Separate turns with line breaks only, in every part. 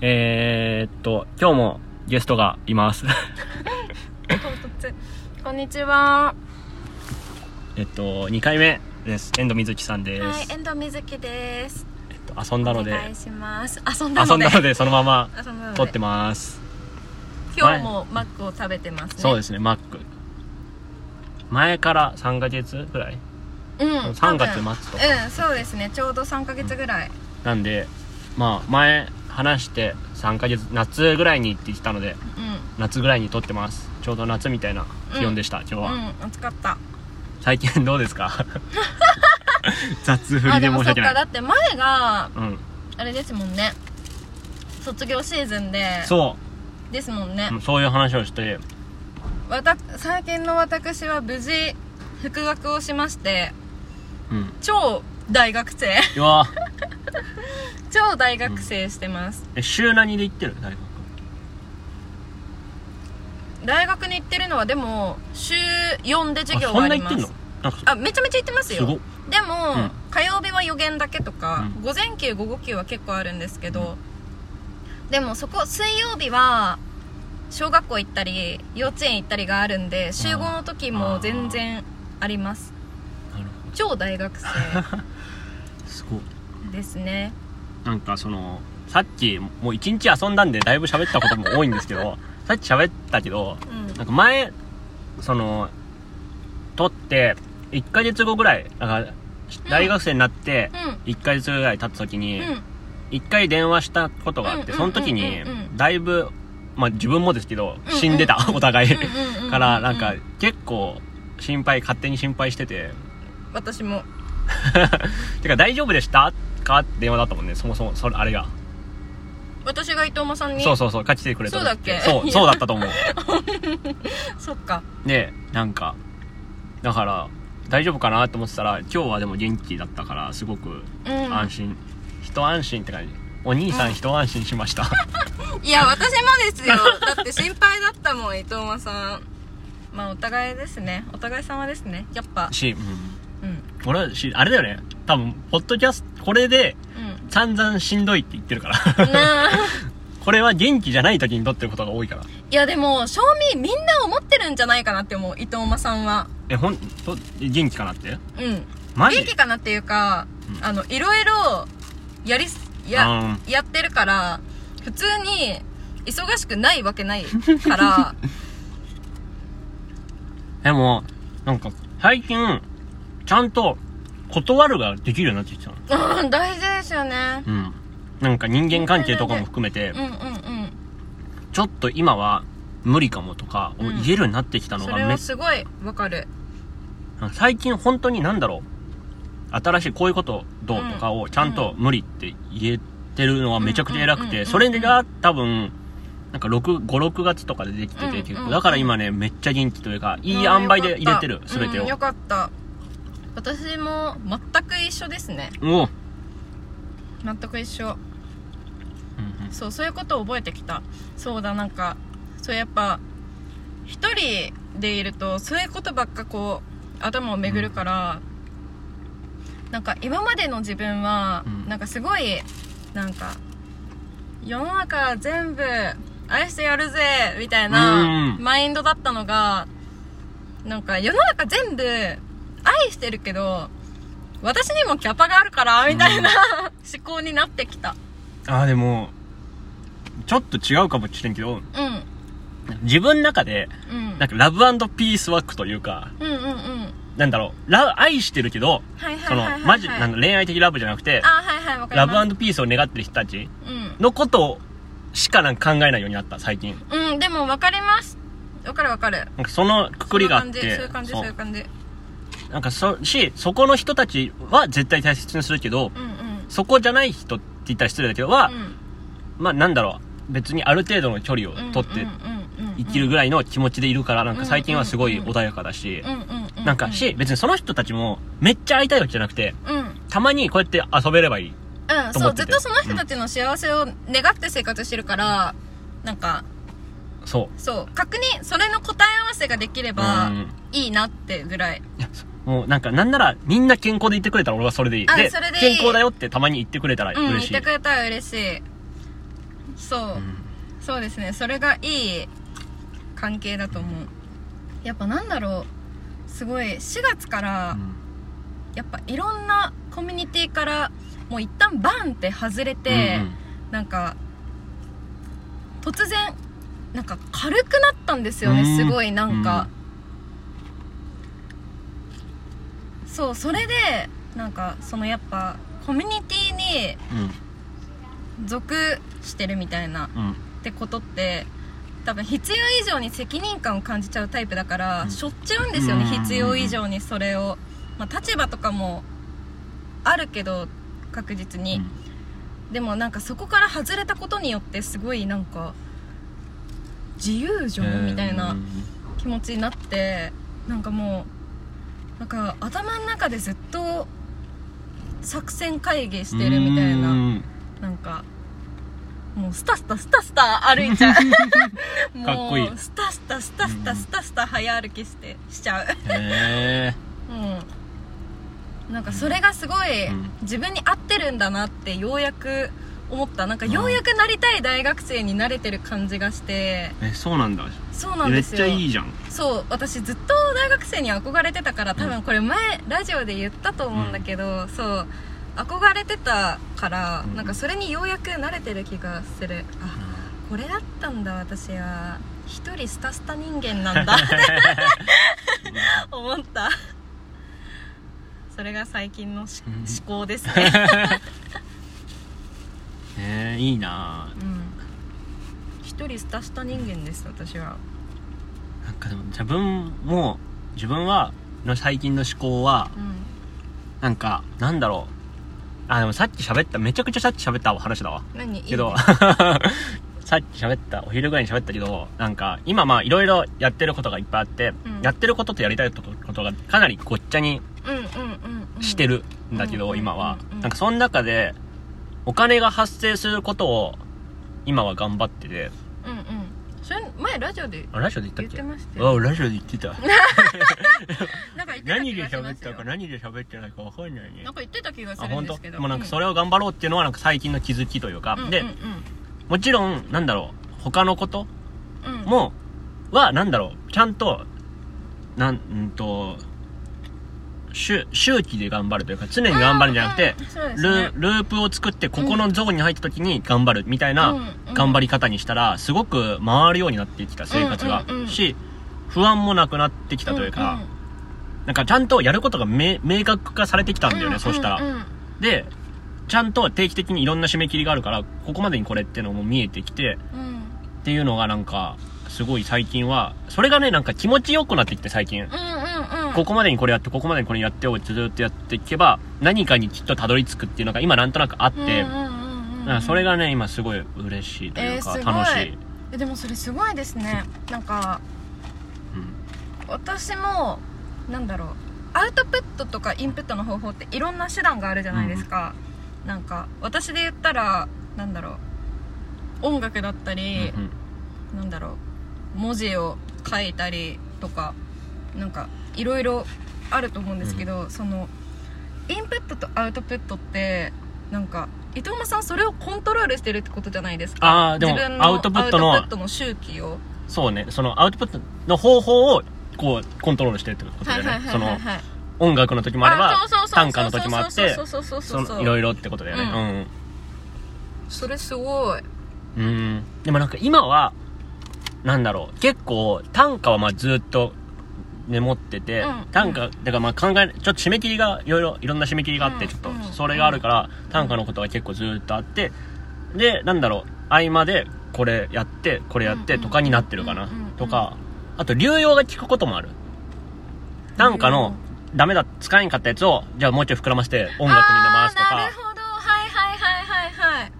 えー、っと、今日もゲストがいます。
唐突こんにちは。
えっと、2回目です。遠藤瑞希さんです。
はい、遠藤瑞希です。
えっと、遊んだので
お、願いします。遊んだ
遊
の
ん
で。
だの で、そのまま
遊んだので
撮ってます。
今日もマックを食べてますね。。
そうですすね、マック。前から3ヶ月ぐらい
うん。
3月
多分
末と
うん、そうですね。ちょうど3ヶ月ぐらい。
なんで、まあ、前話して3ヶ月、夏ぐらいに行ってきたので、
う
夏ぐらいに撮ってます。ちょうど夏みたいな気温でした、今日
ん。う
は。
ん、暑かった。
最近どうです か 雑振
あ、
り
で
で
も
申し訳
そっか。
な
だ
い。
って前が、
うん。
あれですもんね。卒業シーズンで、
そう。
ですもんね。
そういう話をして
わた最近の私は無事、復学をしまして、
うん
超大学生。
うわ
超大学生してます。
え週何で行ってる大学
大学に行ってるのはでも週4で授業があります
そんな行ってんのなんか
あめちゃめちゃ行ってますよ
すごっ
でも、
うん
火曜日は予言だけとか、
う
午前休午後休は結構あるんですけど、でもそこ水曜日は小学校行ったり幼稚園行ったりがあるんで集合の時も全然あります
なるほ
超大学生
どすごい
ですね
なんかそのさっきもう一日遊んだんでだいぶ喋ったことも多いんですけ どさっき喋ったけど
うん
なんか前その撮って1ヶ月後ぐらいなんか大学生になって
う
1ヶ月ぐらい経った時に
んうん
1回電話したことがあって
うん
その時に
うんうんうん
だいぶまあ自分もですけど
うん
死んでたお互い
うんうんうん
からなん
う
か
ん
結構心配勝手に心配してて
私も
てか大丈夫でしたかって電話だったもんねそもそもそれあれが
私が伊藤間さんに
そうそうそう勝ちてくれた
そうだっけ
そうそうだったと思う
そっか
でなんかだから大丈夫かなと思ってたら今日はでも元気だったからすごく
うん
安心、一安心って感じお兄さ
うんん
一安心しました、
いや私もですよだって心配だったもん伊藤間さんまあお互いですねお互い様ですねやっぱ
し、うん、
うんうん
俺はしあれだよね多分ポッドキャストこれで散々しんどいって言ってるから
なあ
これは元気じゃない時に撮ってることが多いから
いやでも正味みんな思ってるんじゃないかなって思う伊藤間さんは
えほんと元気かなって
うん
マジ
元気かなっていうか、
うん
あのいろいろやりすや
あ
やってるから普通に忙しくないわけないから
ーでもなんか最近ちゃんと断るができるようになってきたの
うん大事ですよね
うんなんか人間関係とかも含めて
うんうんうん
ちょっと今は無理かもとかを
うん
言えるようになってきたの
そ
が
れ
め、
はすごいわかる
最近本当になんだろう新しいこういうことどうとかをちゃんと無理って言えてるのはめちゃくちゃ偉く
うんうんうんう
て
ん
それが多分なんか56月とかでできて
うんうん
て
うん
結構だから今ねめっちゃ元気というかいい塩梅で入れてる全てを
うんよかった私も全く一緒ですね
おう
全く一緒
うんうん
そうそういうことを覚えてきたそうだなんかそうやっぱ一人でいるとそういうことばっかこう頭を巡るから、なんか今までの自分は、
うん
なんかすごいなんか世の中全部愛してやるぜみたいな
うん
マインドだったのがなんか世の中全部愛してるけど私にもキャパがあるからみたいな、 思考になってきた
あーでもちょっと違うかもしれんけど
うん
自分の中で
うん
なんかラブピースワークというか
うんうんうん
なんだろうラ愛してるけど
はいはい
その
はいはいはい
マジなんだ恋愛的ラブじゃなくて
あはいはいわかり
ラ
ます
ブピースを願ってる人たち
ブ
のことしかなんか考えないようになった最近
うん、うん、でもわかりますわかるわかる
なんかそのくくりがあって
そういう感じそういう
そ
感じそういう感
うなんかそしそこの人たちは絶対大切にするけど
じうんうん
そこじゃない人って言ったら失礼だけどは、まあなんだろう別にある程度の距離を
うん
取って
うんうんうんうん
生きるぐらいの気持ちでいるからなんか最近はすごい
うんうん
穏やかだし、
うんうんう
なんかし別にその人たちもめっちゃ会いたいわけじゃなくて
うんうん
たまにこうやって遊べればいいと思
そ
っ
う
て
ずってとその人たちの幸せを願って生活してるからなんか
そう
そう確認それの答え合わせができれば
うん
いいなってぐらい
いやそもうなんかなんならみんな健康でいてくれたら俺はそれでいい
あ
で
それでいい
健康だよってたまに言ってくれたら
うん
嬉
言っ
しい、
てくれたら嬉しいそう、
うん
そうですねそれがいい関係だと思うやっぱなんだろうすごい4月からやっぱいろんなコミュニティからもう一旦バンって外れて、なんか突然なんか軽くなったんですよね
うん
すごいなんか、そうそれでなんかそのやっぱコミュニティに
うんうん
属してるみたいな
うんうん
ってことって多分必要以上に責任感を感じちゃうタイプだから、
うん
しょっちゃうんですよね、
うん
必要以上にそれを、まあ、立場とかもあるけど確実に、でもなんかそこから外れたことによってすごいなんか自由じゃんみたいな気持ちになって、なんかもうなんか頭の中でずっと作戦会議してるみたいな。
うん
なんかもうスタスタスタスタ歩いちゃうもう
かっこいい
スタスタスタスタスタスタ早歩きしてしちゃ
へ
う
え
うんなんかそれがすごい、
うん
自分に合ってるんだなってようやく思ったなんかようやくなりたい大学生になれてる感じがして
えそうなんだ
そうなん
め
で
っ
す
ち
よ
ゃいいじゃん
そう私ずっと大学生に憧れてたから多分これ前ラジオで言ったと思うんだけど、そう憧れてたから、
うん
なんかそれにようやく慣れてる気がするあこれだったんだ私は一人スタスタ人間な んだ思ったそれが最近のし
うん
思考です ね、
へえいいな
うん、一人スタスタ人間です私は
なんかでも自分も自分はの最近の思考は
うん
なんかなんだろうあでもさっき喋っためちゃくちゃさっき喋った話だわ
何いいね
けど さっき喋ったお昼ぐらいに喋ったけどなんか今まあいろいろやってることがいっぱいあって、
うん
やってることとやりたいことがかなりごっちゃに
うんうんうん、うん、
してるんだけど、
うん
今は
うん、うん
なんかその中でお金が発生することを今は頑張ってて
うんうんそれ前ラジオで
あラジオで言ったっ
言っ
け
てましたよ
あラジオで言ってた
なんか言ってた
何
気
で
がし
喋
ま
っ
すよ
たか何で喋ってないかわかんないね
なんか言ってた気がす
あ
るん
本
で
当
すけど
もうなんかそ
れ
れを頑張ろうっていうのはなんか最近の気づきというか、でもちろんなんだろう他のことも
も
はなんだろうちゃんとなんうんと周周期で頑張るというか常に頑張るんじゃなくて、ルループを作ってここのゾーンに入った時に頑張るみたいな頑張
り
り方にしたらすごく回るようになってきた生活が
うんうんうん
し不安もなくなってきたというかなんかちゃんとやることがめ明確化されてきたんだよねそうしたら。でちゃんと定期的にいろんな締め切りがあるからここまでにこれっていうのも見えてきてっていうのがなんかすごい最近はそれがねなんか気持ちよくなってきて最近ここまでにこれやってここまでにこれやってをずっとやっていけば何かにきっとたどり着くっていうのが今なんとなくあって、なんかそれがね今すごい嬉しいというか、
えーすごい
楽しい、
でもそれすごいですねなんか
うん
私もなんだろうアウトプットとかインプットの方法っていろんな手段があるじゃないですか、なんか私で言ったらなんだろう音楽だったり、
うん
なんだろう文字を書いたりとかなんかいろいろあると思うんですけど、そのインプットとアウトプットってなんか伊藤間さんそれをコントロールしてるってことじゃないですか
あーでも
自分のア
ア
ウ
ウト
トプ
プ
ッ
ッ
ト
ト
の
の
周期を
そうねそのアウトプットの方法をこうコントロールしてるってことだ
はい
よ
はい
ね
はい
そ
は
の
いはい
音楽の時もあれば
あそうそうそう
短歌の時もあって
そうそうそう
そ
そうそう
のいろいろってことだよね
それすごい
うん、うん、でもなんか今はなんだろう結構短歌はまあずっとメモってて、
うん
短歌だからまあ考えちょっと締め切りがいろいろいろんな締め切りがあって、
うん
ちょっと
うん
それがあるから、短歌のことが結構ずっとあってでなんだろう合間でこれやってこれやってとかになってるかな、
うんうんうん
とかあと流用が効くこともある短歌のダメだ使えんかったやつをじゃあもうちょい膨らませて音楽に回すと
あーな
か
るほどはいはいはいはいは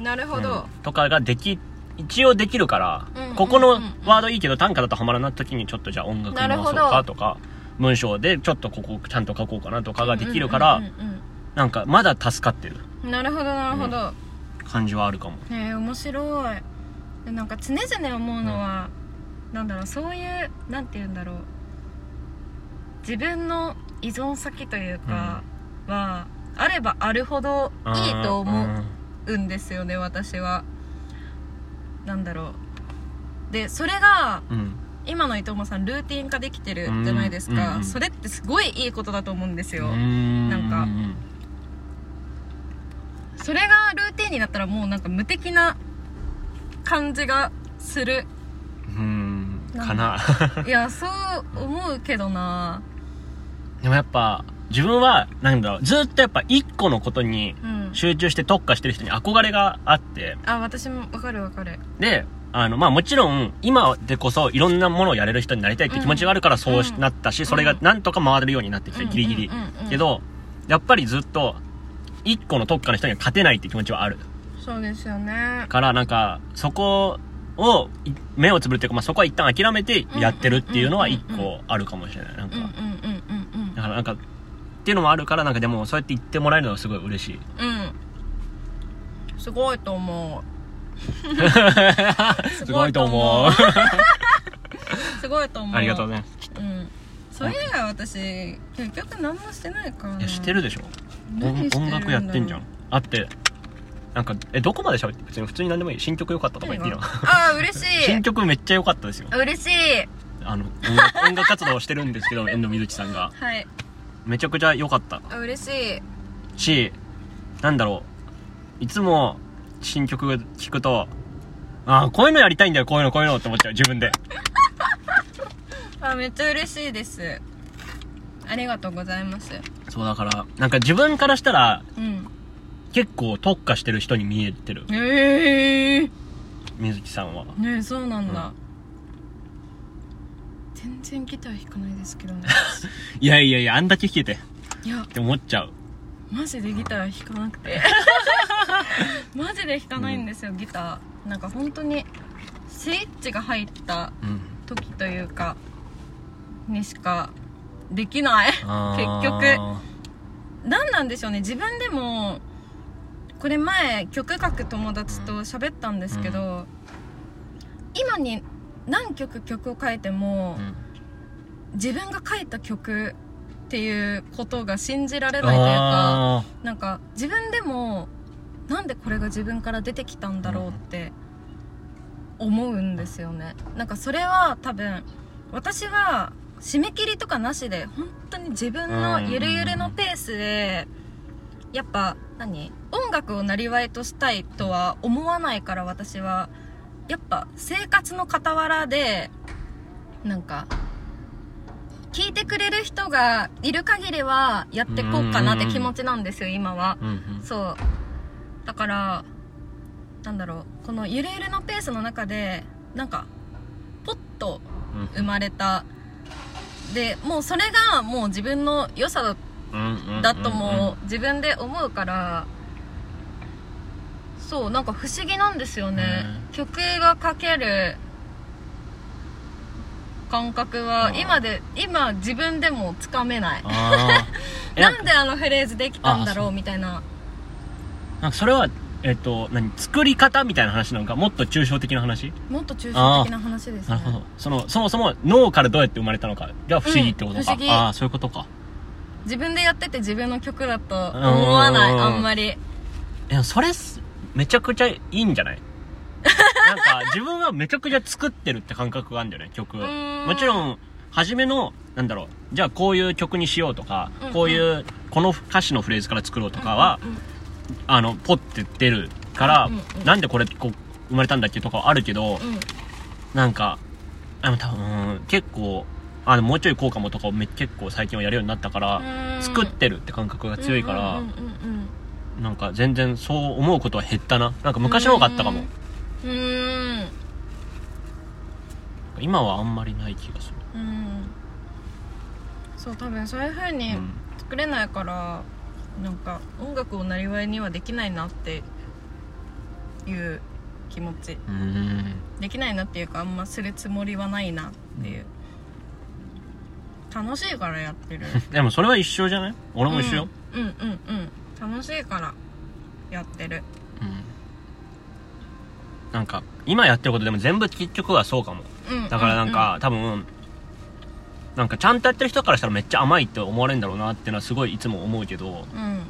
いなるほど、
うんとかができ一応できるから、
うん
ここの
うんうんうん
ワードいいけど短歌だとハマらない時にちょっとじゃあ音楽に
なる
回そ
ほ
う
ど
かとか文章でちょっとここちゃんと書こうかなとかができるから、
うんうんうん
なんかまだ助かってる
うんなるほどなるほど、
感じはあるかも、
ねえ面白いでなんか常々思うのは、なんだろうそういうなんて言うんだろう自分の依存先というかは、あればあるほどいいと思う
うん
うんですよね私はなんだろうでそれが
うん
今の伊藤もさんルーティン化できてるじゃないですか、
うんうん
それってすごいいいことだと思うんです
う
よ、
ん
なんかそれがルーティンになったらもうなんか無敵な感じがする
うんか
な
な
いやそう思うけどな
でもやっぱ自分はなんだろうずっとやっぱ一個のことに
うん
集中して特化してる人に憧れがあって
あ私もわかるわかる
であのまあもちろん今でこそいろんなものをやれる人になりたいって気持ちがあるからそうし
うん
なったし、
うん
それがなんとか回れるようになってきて、ギリギリ、
うんうんうんうん
けどやっぱりずっと一個の特化の人には勝てないって気持ちはある
そうですよね
からなんかそこをい目をつぶるっていうか、まあ、そこは一旦諦めてやってるっていうのは一
うんうんうんうん
個あるかもしれないなん
うんう
か
んうんうん
だからなんかっていうのもあるからなんかでもそうやって言ってもらえるのはすごい嬉しい
うんうんすごいと思
すごいと思う
うすごいと思 う
ありがとうございます
うんそれ以外私結局何もしてないから
い
な
やしてるでしょ
何してる
音
だろう
音楽やってんじゃんあってなんかえどこまで喋って別に普通に何でもいい新曲良かったとか言っていいの
あー嬉し
新
い
曲めっちゃ良かったですよ
嬉しい
あの音 楽音楽活動をしてるんですけど遠藤みずきさんが
はい
めちゃくちゃ良かった
あ嬉しい
しなんだろういつも新曲聴くとああこういうのやりたいんだよこういうのこういうのって思っちゃう自分で
あめっちゃ嬉しいですありがとうございます
そうだからなんか自分からしたら
うん
結構特化してる人に見えてる
ええ
みずきさんは
ねえそうなんだ、
う
全然ギター弾かないですけどね
いやいやいやあんだけ弾けてっ
いや
て思っちゃう
マジでギター弾かなくてマジで弾かないんですよ、ギターなんか本当にスイッチが入った
うん
時というかにしかできない
あ
結
ー
何なんでしょうね自分でもこれ前曲書く友達と喋ったんですけど、
う
今に何曲曲を書いても、
うん
自分が書いた曲っていうことが信じられないというか
あ
なんか自分でもなんでこれが自分から出てきたんだろうって思うんですよねなんかそれは多分私は締め切りとかなしで本当に自分のゆるゆるのペースでやっぱ何音楽をなりわいとしたいとは思わないから私はやっぱ生活の傍らでなんか聞いてくれる人がいる限りはやってこうかなって気持ちなんですよ今は
ーうんうん
そうだからなんだろうこのゆるゆるのペースの中でなんかポッと
うん
生まれたでもうそれがもう自分の良さだだとも自分で思うからそうなんか不思議なんですよね、曲が書ける感覚は
うん
今で今自分でもつかめない
あーえな
なんであのフレーズできたんだろうみたいな
なんかそれはえっ、と何作り方みたいな話なんかもっと抽象的な話
もっと抽象的な話です
な
ね
るほどそのそもそも脳からどうやって生まれたのかが不思議ってことか、
うん不思議
ああそういうことか
自分でやってて自分の曲だと思わない
うん
あんまり
でもそれすめちゃくちゃいいんじゃない なんか自分はめちゃくちゃ作ってるって感覚があるんだよね曲
うん
もちろん初めのなんだろうじゃあこういう曲にしようとか、
うんうん
こういうこの歌詞のフレーズから作ろうとかは、
うんうん
あのポッて出るから、
うんうんうん
なんでこれこう生まれたんだっけとかはあるけど、
うん
なんかあの多分うん結構あのもうちょいこうかもとかをめ結構最近はやるようになったから、
うん
作ってるって感覚が強いから、
うんうんうん
なんか全然そう思うことは減ったななんか昔の方があったかも、
うんうん
今はあんまりない気がする、
うんそう多分そういう風
う
に
ん
作れないから、なんか音楽をなりわいにはできないなっていう気持ち
うん
できないなっていうかあんまするつもりはないなっていう楽しいからやってる
でもそれは一緒じゃない俺も一緒よ、
うん、うんうんうん楽しいからやってる
うんなんか今やってることでも全部結局はそうかも
うん
だからなんか、、多分なんかちゃんとやってる人からしたらめっちゃ甘いって思われるんだろうなってのはすごいいつも思うけど
うんうん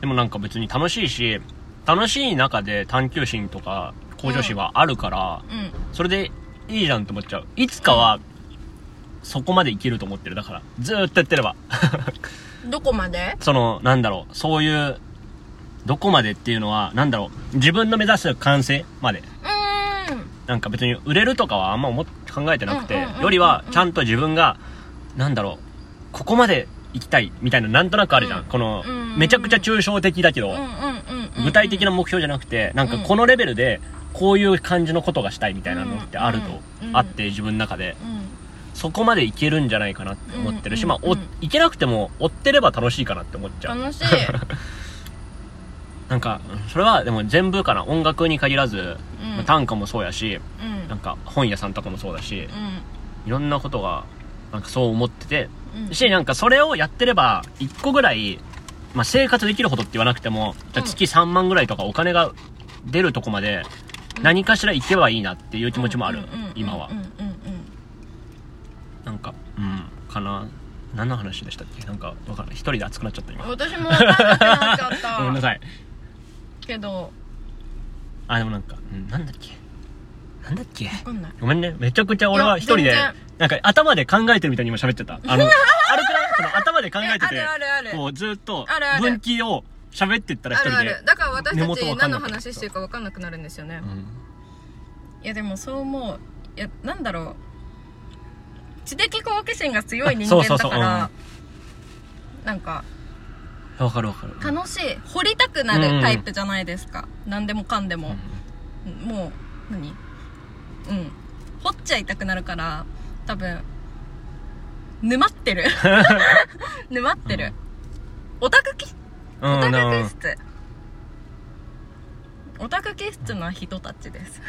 でもなんか別に楽しいし楽しい中で探求心とか向上心はあるから、
うん
それでいいじゃんと思っちゃういつかはそこまでいけると思ってるだからずーっとやってれば
どこまで
そのなんだろうそういうどこまでっていうのはなんだろう自分の目指す完成まで
うーん
なんか別に売れるとかはあんま思っ考えてなく
うん
て
うんうんうん
よりはちゃんと自分がなんだろうここまで行きたいみたいななんとなくあるじゃん、
うん
この
うんうんうん
めちゃくちゃ抽象的だけど、
うんうんうんうん
具体的な
も
目標じゃなくてなんか
うん
このレベルでこういう感じのことがしたいみたいなのってあると、
うんうん
あって自分の中で
うん
そこまでいけるんじゃないかなって思ってるし、
うん
まあお
うん
いけなくても追ってれば楽しいかなって思っちゃう
楽しい
なんかうんそれはでも全部かな音楽に限らず、
う ん
まあ短歌もそうやし
うん
なんか本屋さんとかもそうだし
う
いろんなことがなんかそう思ってて
んうん
しなんかそれをやってれば1個ぐらい、まあ、生活できるほどって言わなくてもじゃあ月3万ぐらいとかお金が出るとこまで
うん
何かしら行けばいいなっていう気持ちもある
うんうんうん
今は
うんうんうん
なんかうんかな何の話でしたっけなんかわからない一人で熱くなっちゃった
うん
今
私も分かんなくなっちゃっ た
ごめんなさい
けど
あでもなんか、うん、なんだっけなんだっけ
分かんない
ごめんねめちゃくちゃ俺はい
や
一人で
全然
なんか頭で考えてるみたいに今喋っちゃったあのあるくないその頭で考えてて
えあるあるある
こうずっと
あるある
分岐を喋ってったら一
ある
人
あ
で
るだから私
根
た
元わ
ち
かん
何
な
の
くなっちゃった
話してるか分かんなくなるんですよね
う
いやでもそう思ういやなんだろう知的好奇心が強い人
そう
間
そう
だ
そう
からなんか
んわかるわかる
楽しい掘りたくなるタイプじゃないですか、何でもかんで
う
も、
ん
もう何うん掘っちゃいたくなるから多分沼っ てる沼ってる、オタク気
うん
オ
う
タ
ん
ク気質オタク気質な人たちです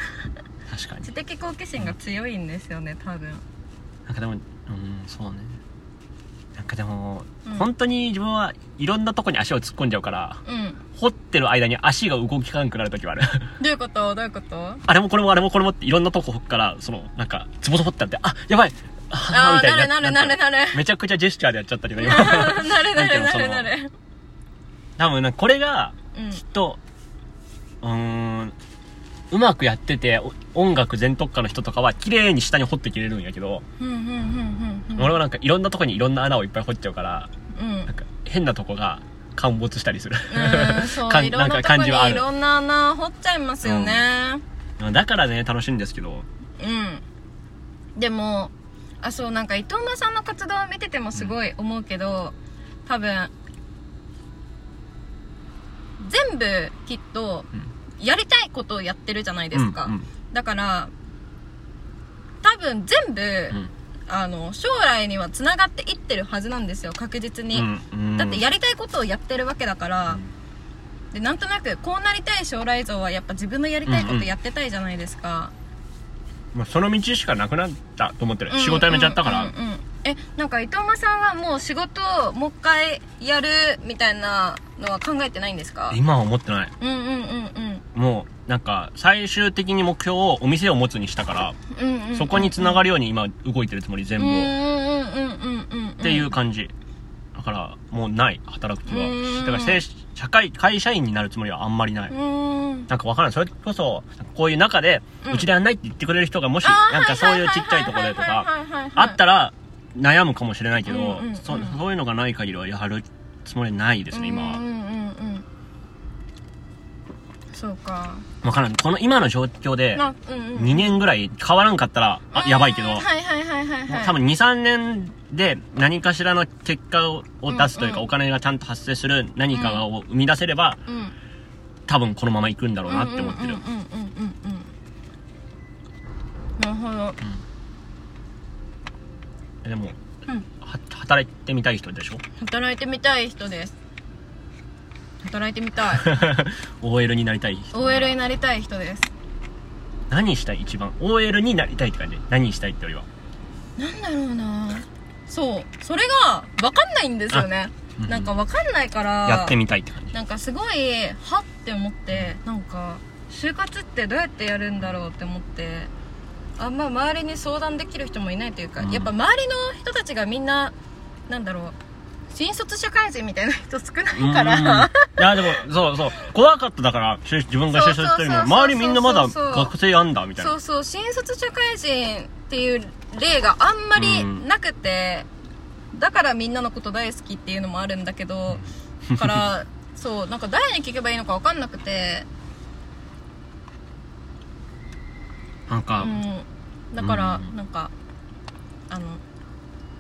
確かに
知的好奇心が強いんですよね多分
なんかでもうんそうねなんかでも、
うん
本当に自分はいろんなとこに足を突っ込んじゃうから
うん
掘ってる間に足が動きかんくなる時はある
どういうことどういうこと
あれもこれもあれもこれもっていろんなとこ掘っからそのなんかズボズボってなってあやばいあー
あ
み
あ
たい
な
に
るなるなる
っちゃ
なる
うめちゃくちゃジェスチャーでやっちゃったりとか 今
なるなる なるなるなる
多分なんかこれが
うん
きっとうーんうまくやっててお音楽全特化の人とかは綺麗に下に掘ってくれるんやけど、
うんうんうんうんうん
俺はなんかいろんなとこにいろんな穴をいっぱい掘っちゃうから
うん
なんか変なとこが陥没したりする
うんそ
かん
ういろん
なん
な
か
とこ
感
に
じはある
いろんな穴掘っちゃいますよね
だからね楽しいんですけど
うんでもあそうなんか伊藤間さんの活動を見ててもすごい思うけど多分全部きっとやりたいことをやってるじゃないですか、
うんうん
だから多分全部、
うん
あの将来にはつながっていってるはずなんですよ確実に、
うんうん
だってやりたいことをやってるわけだから、でなんとなくこうなりたい将来像はやっぱ自分のやりたいことやってたいじゃないですか、
まあその道しかなくなったと思ってる、仕事辞めちゃったから、
うんうんうんうんえなんか伊藤間さんはもう仕事をもう一回やるみたいなのは考えてないんですか
今は思ってない
うんうんうんうん
もうなんか最終的に目標をお店を持つにしたから、
うんうんうん
そこに繋がるように今動いてるつもり全
うん
部
う
を、
ん
っ
うんうんうんうん
ていう感じだからもうない働く気
う
は
ん
だからせい社会会社員になるつもりはあんまりない、
うん
なんかわからないそれこそこういう中で、う
うん
ちでやんないって言ってくれる人がもし
あー
なんかそういうちっちゃいところでとか
はいはいはいはいはいはい
あったら悩むかもしれないけど、
うんうんうん
そそういうのがない限りはやるつもりないですね今
う
は
んうんうんうんそうか
分からんこの今の状況で
なうんうん
2年ぐらい変わらんかったらあやばいけど、
うんはいはいはいはいはい
多分23年で何かしらの結果をを出すというか、
うんう
お
ん
金がちゃんと発生する何かを生み出せれば
うん
多分このままいくんだろうなって思ってる、
うんうんうんうんうんうんなるほど
でも、
うん
は働いてみたい人でしょ
働いてみたい人です働いてみたい
OL になりたい人
OL になりたい人です
何したい一番 OL になりたいって感じ何したいってよりは
なんだろうなそうそれが分かんないんですよね
あうん
なんか分かんないから
やってみたいって感じ
なんかすごいはって思ってなんか就活ってどうやってやるんだろうって思ってあんま周りに相談できる人もいないというか、
うん
やっぱ周りの人たちがみんななんだろう新卒社会人みたいな人少
うん
な
う
い
ん
か
うん
ら、
いやでもそうそう怖かっただから就自分が就職してるの
そうそうそうそう
周りみんなまだ
そうそう
学生あんだみたい
そ
な
うそう新卒社会人っていう例があんまりなくて、だからみんなのこと大好きっていうのもあるんだけどだから そうなんか誰に聞けばいいのか分かんなくて、
なんか、
うん、だから
うん
なんかあの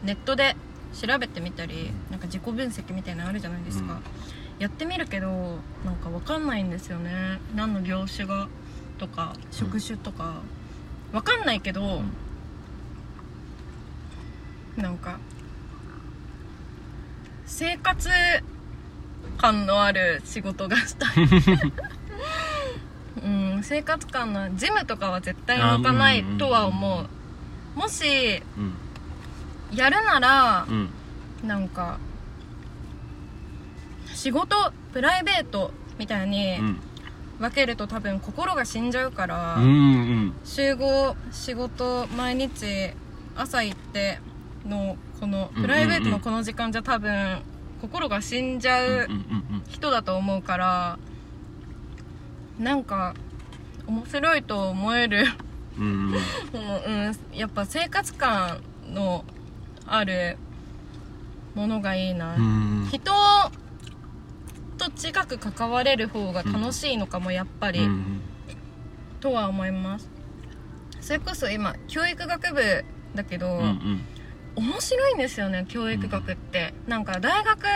ネットで調べてみたりなんか自己分析みたいなのあるじゃないですか、
うん
やってみるけどなんか分かんないんですよね何の業種がとか職種とか、分かんないけど、なんか生活感のある仕事がした いうん生活感のジムとかは絶対向かないとは思
あう
うん
うん
もし
うん
やるなら
うん
なんか仕事プライベートみたいに
うん
分けると多分心が死んじゃうから、
うんうん
集合仕事毎日朝行ってのこのプライベートのこの時間じゃ多分心が死んじゃ
うんうん
う人だと思うからなんか面白いと思える
うんうんうん
このうん、やっぱ生活感のあるものがいいな、
うん
人と近く関われる方が楽しいのかもやっぱり、
うん
とは思いますそれこそ今教育学部だけど、
うんうん
面白いんですよね教育学って、なんか大学に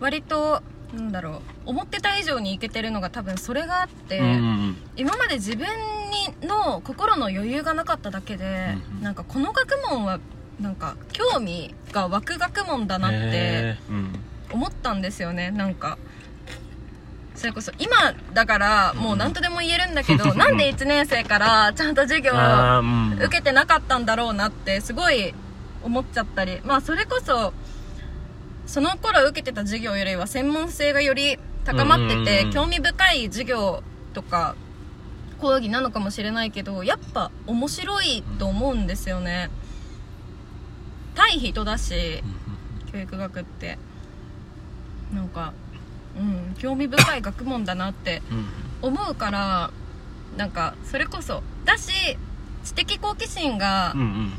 割となんだろう思ってた以上にいけてるのが多分それがあって、
うんうん
今まで自分にの心の余裕がなかっただけで、
うんうん
なんかこの学問はなんか興味が湧く学問だなって、
へーうん
思ったんですよねなんかそれこそ今だからもう何とでも言えるんだけど、
うん
なんで1年生からちゃんと授業を
あーうん
受けてなかったんだろうなってすごい思っちゃったりまあそれこそその頃受けてた授業よりは専門性がより高まってて、
うん
興味深い授業とか講義なのかもしれないけどやっぱ面白いと思うんですよね対人だし教育学ってなんかうん興味深い学問だなって
うん
思うからなんかそれこそだし知的好奇心が
うん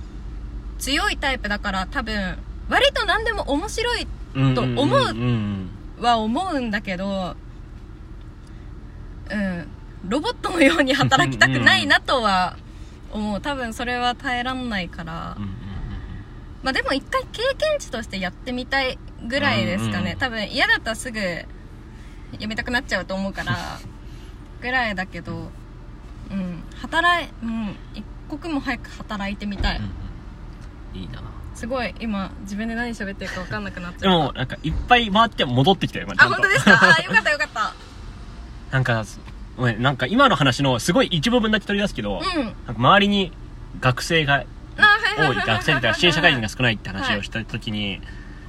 強いタイプだから多分割と何でも面白い
うん
と思うん
ん
は思うんだけどうんロボットのように働きたくないなとは思う多分それは耐えらんないから
うんうん
まあでも一回経験値としてやってみたいぐらいですか
うんう
ね、
ん
多分嫌だったらすぐやめたくなっちゃうと思うからぐらいだけどうん働いうん一刻も早く働いてみたい、
うんいいな
すごい今自分で何喋ってるか分かんなくなっち
で
ゃっ
もなんかいっぱい回って戻ってきたよ今ち
た
ゃ
あ
んと
本当ですかあーよかったよかった
なんかごめんなんか今の話のすごい一部分だけ取り出すけど、
うん
なんか周りに学生が
あはいはい
多
はい
い
はい
学生みたいな新社会人が
好
少ないって話をした時に、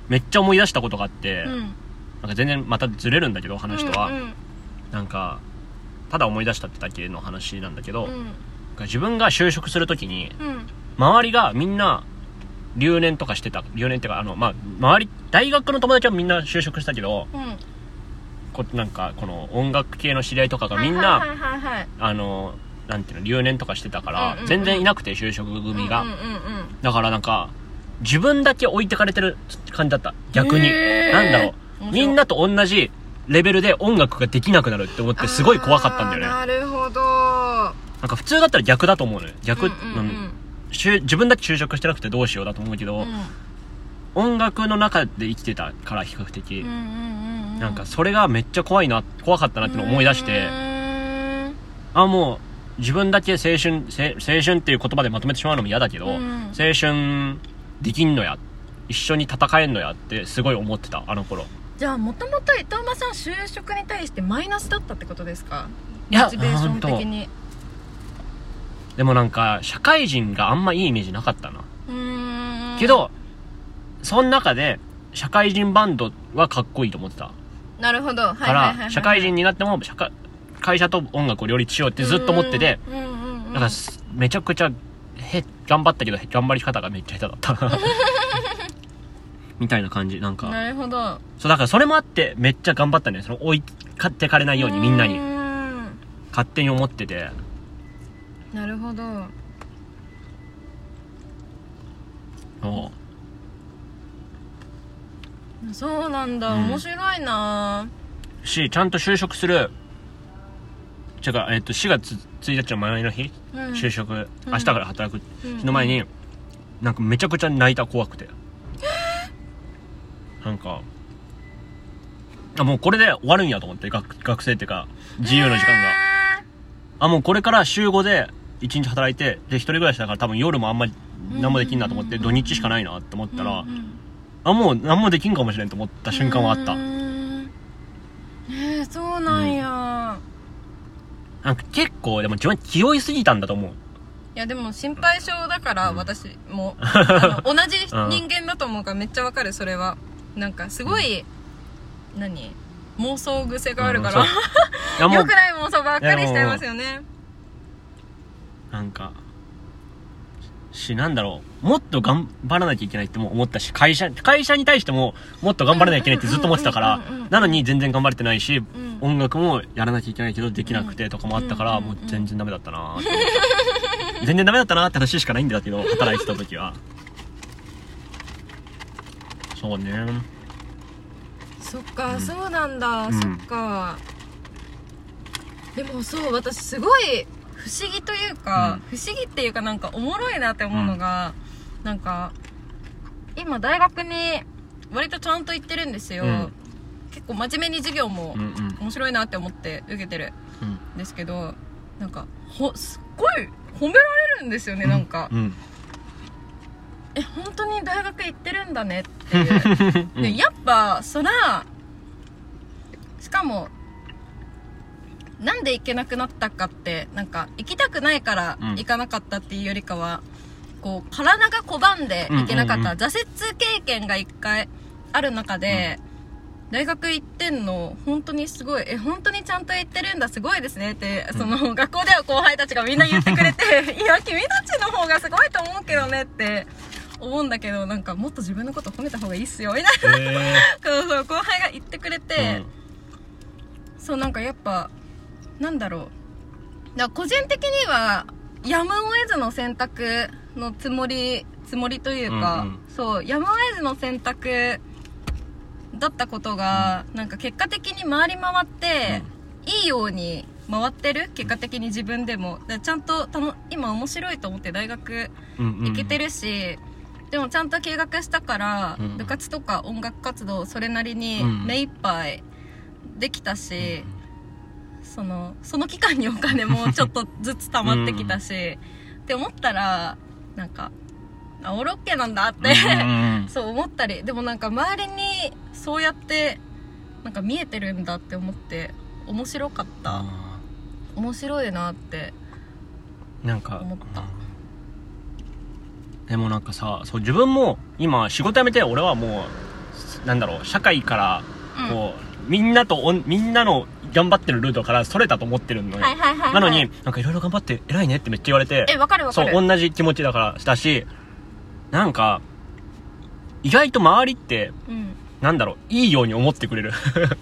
めっちゃ思い出したことがあって、なんか全然またずれるんだけど話とは、
うん
なんかただ思い出したってだけの話なんだけど、
うんうん
なんか自分が就職する時に
うん
周りがみんな留年とかしてた留年っていうかあの、まあ、周り大学の友達はみんな就職したけど
うん
こなんかこの音楽系の知り合いとかがみんな、
はいはいはいはい
あのなんていうの留年とかしてたから、
うんうんうん
全然いなくて就職組が、
うんうんうん
だからなんか自分だけ置いてかれてる感じだった逆に、
へー
なんだろう
面白
み
い
んなと同じレベルで音楽ができなくなるって思ってすごい怖かったんだよね
あ
な
ーなるほど
んか普通だったら逆だと思うのよ逆、
うんうんうん
しゅ自分だけ就職してなくてどうしようだと思うけど、音楽の中で生きてたから比較的、
な
なんかそれがめっちゃ怖いな怖かったなってのを思い出して、あもう自分だけ青春せ青春っていう言葉でまとめてしまうのも嫌だけど、
うん
青春できんのや一緒に戦えんのやってすごい思ってたあの頃
じゃあもともと伊藤間さん就職に対してマイナスだったってことですか
いや
モチベーション的に
でもなんか社会人があんまいいイメージなかったな、
うーん
けどその中で社会人バンドはかっこいいと思ってた
なるほどはい
か
はいはいはい
ら社会人になっても社会会社と音楽を両立しようってずっと思ってて
うんうんうんうん
だからすめ ちゃくちゃへ頑張ったけどへ頑張り方がめっちゃ下手だったみたいな感じなんか
なるほど
そうだからそれもあってめっちゃ頑張ったねその置い買ってかれないようにみんな
う
に
ーん
勝手に思ってて
なるほど
そ
そうなんだ、
うん
面白いな
うしちゃんと就職する違うえっと4月1日の前の日
うん
就職、明日から働く
うん
日の前に、なんかめちゃくちゃ泣いた怖く てなんかあもうこれで終わるんやと思って学学生っていうか自由の時間が、あもうこれから週5で1日働いてで一人暮らしだから多分夜もあんまり何もできんなと思って
うん
土日しかないなと思ったら、
うんうん
あもう何もできんかもしれんと思った瞬間はあった
うーんえー、そうなんや、
なんか結構でも自分気負いすぎたんだと思う
いやでも心配性だから
うん
私 も、あの同じ
うん
人間だと思うからめっちゃわかるそれはなんかすごい、何妄想癖があるから、
うんそうい やも
良
う
くない妄想ばっかりしちゃいますよね
なんかしなんだろうもっと頑張らなきゃいけないっても思ったし会社会社に対してももっと頑張らなきゃいけないってずっと思ってたから
うんうんうんうんうん
なのに全然頑張れてないし
うん
音楽もやらなきゃいけないけどできなくてとかもあったから
うんうん
も
うん
う全然ダメだったなーって思った全然ダメだったなーって話しかないんだけど働いてた時はそうね
そっか、そうなんだ、
うん
そっかでもそう私すごい不思議というか、不思議っていうかなんかおもろいなって思うのが、なんか今大学に割とちゃんと行ってるんですよ、
うん
結構真面目に授業も
うんうん
面白いなって思って受けてる
うん
んですけどなんかほすっごい褒められるんですよね、なんか、
うん
え本当に大学行ってるんだねって いう
う
で
ん
やっぱそらしかもなんで行けなくなったかってなんか行きたくないから
うん
行かなかったっていうよりかは、こう体が拒んで行けなかっ
う
た、
んうんうん
挫折経験が一回ある中で、大学行ってんの本当にすごいえ本当にちゃんと行ってるんだすごいですねって、
うん
その学校では後輩たちがみんな言ってくれ ていや君たちの方がすごいと思うけどねって思うんだけどなんかもっと自分のこと褒めた方がいいっすよみたいな
へ
そうそう後輩が言ってくれ
ー
て、そうなんかやっぱなんだろうだから個人的にはやむを得ずの選択のつもりつもりというか、
うんう
そうやむを得ずの選択だったことが、なんか結果的に回り回って、いいように回ってる結果的に自分でもだからちゃんとたの今面白いと思って大学
うんうんうん
いけてるし、でもちゃんと休学したから、
うん
部活とか音楽活動それなりに
うん
目いっぱいできた
うん
し、そのその期間にお金 もちょっとずつ貯まってきたし、って思ったらなんかあオールオッケーなんだって、
うんうんうん
そう思ったりでもなんか周りにそうやってなんか見えてるんだって思って面白かった
あ
面白いなって
ーなんか
思った
うんでもなんかさそう自分も今仕事辞めて俺はもうなんだろう社会から
うん
こう、みんなとおんみんなの頑張ってるルートからそれたと思ってるのよ、
はいはいはい、はい、
なのになんかいろいろ頑張って偉いねってめっちゃ言われて
えわかるわか
そ
る
う同じ気持ちだからしたしなんか意外と周りって
うん、
なんだろういいように思って くれる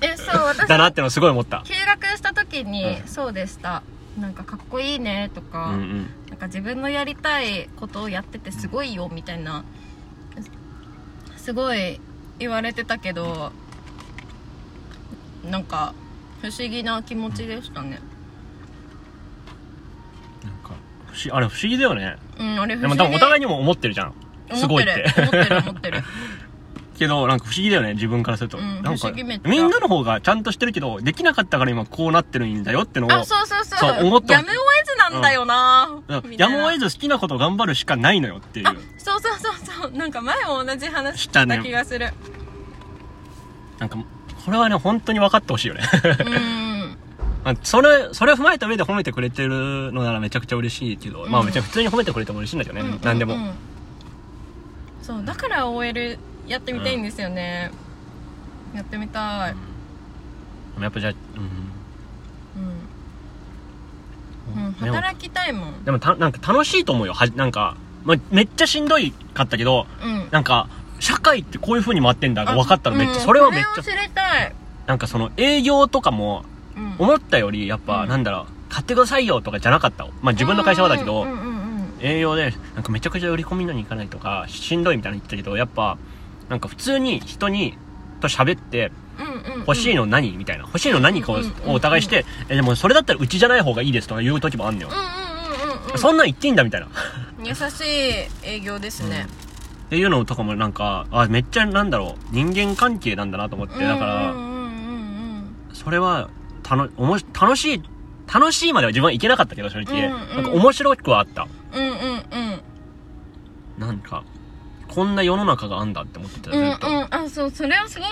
えそう私
だなってのすごい思った
休学した時に、
うん
そうでしたなんかかっこいいねと
う
か、
んうん
なんか自分のやりたいことをやっててすごいよみたいなすごい言われてたけどなんか不思議な気持ちでしたね
なんか不思あれ不思議だよね
うんあれ不
でも
思議
多分お互いにも思ってるじゃんす
思
ご
っ
い
て
っ
る
て
思ってる思っ てる
けどなんか不思議だよね自分からすると、
うん
なん
不
か
思議めっちゃ
みんなの方がちゃんとしてるけどできなかったから今こうなってるんだよってのを
あそうそうそう
そう思った
やむを得ずなんだよな、みた
や
いな
むを得ず好きなことを頑張るしかないのよっていう
あそうそうそうそうなんか前も同じ話し
したたね
気がする、
なんかこれはね本当に分かってほしいよね
うん
まあそれそれを踏まえた上で褒めてくれてるのならめちゃくちゃ嬉しいけど、ま
う
あ
ん
めちゃ普通に褒めてくれても嬉しいんだけどね、
うんうん
何でも、
うんそうだから OL やってみたいんですよね、やってみたい
やっぱじゃあ、
う
う
ん、
ん
うん、
でも
働きたいもん
でもたなんか楽しいと思うよはなんか、まあ、めっちゃしんどいかったけど
うん
なんか社会ってこういう風に回ってんだが分かったらめっちゃ、
うん
それはめっちゃ
それを知りたい、
なんかその営業とかも
うん
思ったよりやっぱ
うん
なんだろう買ってくださいよとかじゃなかったまあ自分の会社はだけど、
うんうんうん
営業でなんかめちゃくちゃ売り込みのに行かないとかしんどいみたいなの言ってたけどやっぱなんか普通に人にと喋って
うんうん
欲しいの何みたいな欲しいの何こ
うんうんうん
うお互いしてえでもそれだったらうちじゃない方がいいですとか言う時もあんのよ
うんうんうんうんうん
そんなん言っていいんだみたいな
優しい営業ですね、
っていうのとかもなんかあめっちゃなんだろう人間関係なんだなと思ってだから、
うんうん
それはたのおもし楽しい楽しいまでは自分はいけなかったけど正直、
うんうん
なんか面白くはあった
うんうんうんうん
なんかこんな世の中があんだって思ってたず
うんうん
っと、
うんあそうそれはすごい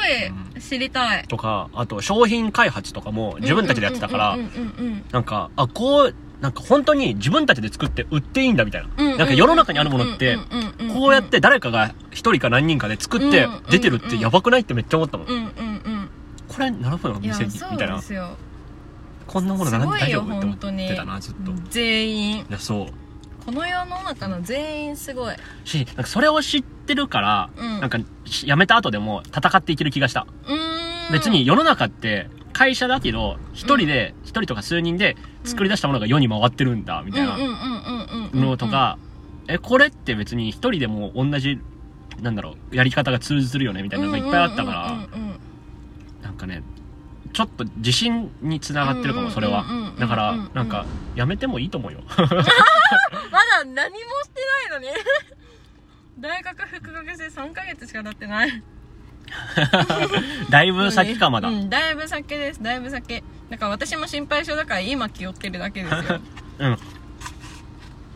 知りたい
とかあと商品開発とかも自分たちでやってたから、
うんうん
なんかあこうなんか本当に自分たちで作って売っていいんだみたいな、
うんうん
なんか世の中にあるものって、
んんんんん
こうやって誰かが一人か何人かで作って
うん
出てるってやばくないってめっちゃ思ったもん、
うんうんうん
これ並ぶの
いや
店に
そ
み
う
たい
で
な
すよ
こんなもの並んです
ご
大
い
丈
よ
夫って思ってたなずっと、い
全員
やそう
この世の中の全員すごい
しなんかそれを知ってるから、
うん
なんかし辞めた後でも戦っていける気がした、
うーん
別に世の中って会社だけど一人で一、人とか数人で作り出したものが世に回ってるんだみ
み
たいなのとか、えこれって別に一人でも同じなんだろうやり方が通ずるよねみたいなのがいっぱいあったから、なんかねちょっと自信につながってるかもそれは
うんうんうんうんうん
だからなんかやめてもいいと思うよ
まだ何もしてないのに 大学副学生3ヶ月しか経ってない
だいぶ先かまだ、
うん、だいぶ先ですだいぶ先だから私も心配性だから今気をつけるだけですよ3
うん。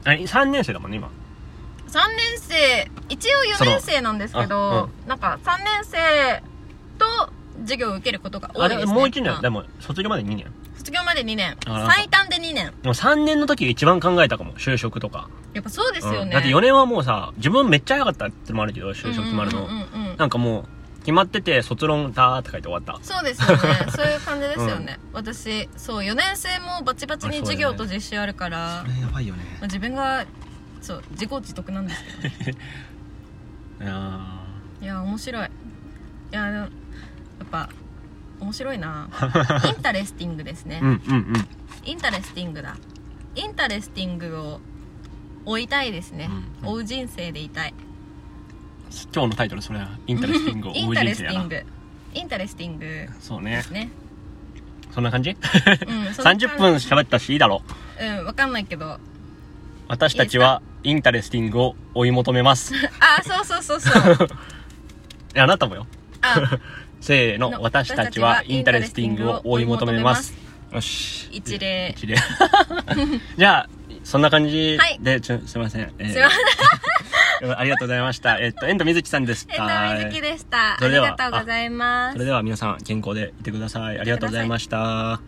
あれ、3年生だもんね、今。
年生一応4年生なんですけ
そのあ
ど、なんか3年生と授業を受けることが多
あ、
い
で
です、ね、
ももう1年、
ん
でも、卒業まで2年。
卒業まで2年
あなんか
最短で2年
でも3年の時が一番考えたかも、就職とか。
やっぱそうですよね、
うんだって4年はもうさ、自分めっちゃ早かったってのもあるけど、就職決まるの
うん。うんうんうん
なんかもう、決まってて、卒論だーって書いて終わった。
そうですよね そういう感じですよね、私そう4年生もバチバチに授業と実習あるから、ま
れやばいよね。
あ自分がそう自業自得なんですけど
あ
いや面白いいやでもやっぱ面白 いなインタレスティングですね
ー。うんうん
インタレスティングだインタレスティングを追いたいですね、
うん
追う人生でいたい
今日のタイトル、それは、インタレスティングを
イ
応
ンタ
援
レ
し
ス
て
テ
や
ィン
な。
グインタレスティングで
そうね
す。ね、
そんな感じ
うん、そんな感じ
?30 分喋ったし、いいだろう。
うんわかんないけど
私たちは、インタレスティングを追い求めます。 い
あそうそうそうそう
や、あなたもよ。
あ
せーの
の
私たちはインタレスティングを追い求めますよし
一例
一例 じゃあそんな感じ
はい
で、ちょすいません、えー
すいません
ありがとうございましたえっと遠藤瑞希さんでし
えったとみずきでしたあ
それ
り
では
がとうございます
それでは皆さん健康でいてくださいありがとうございました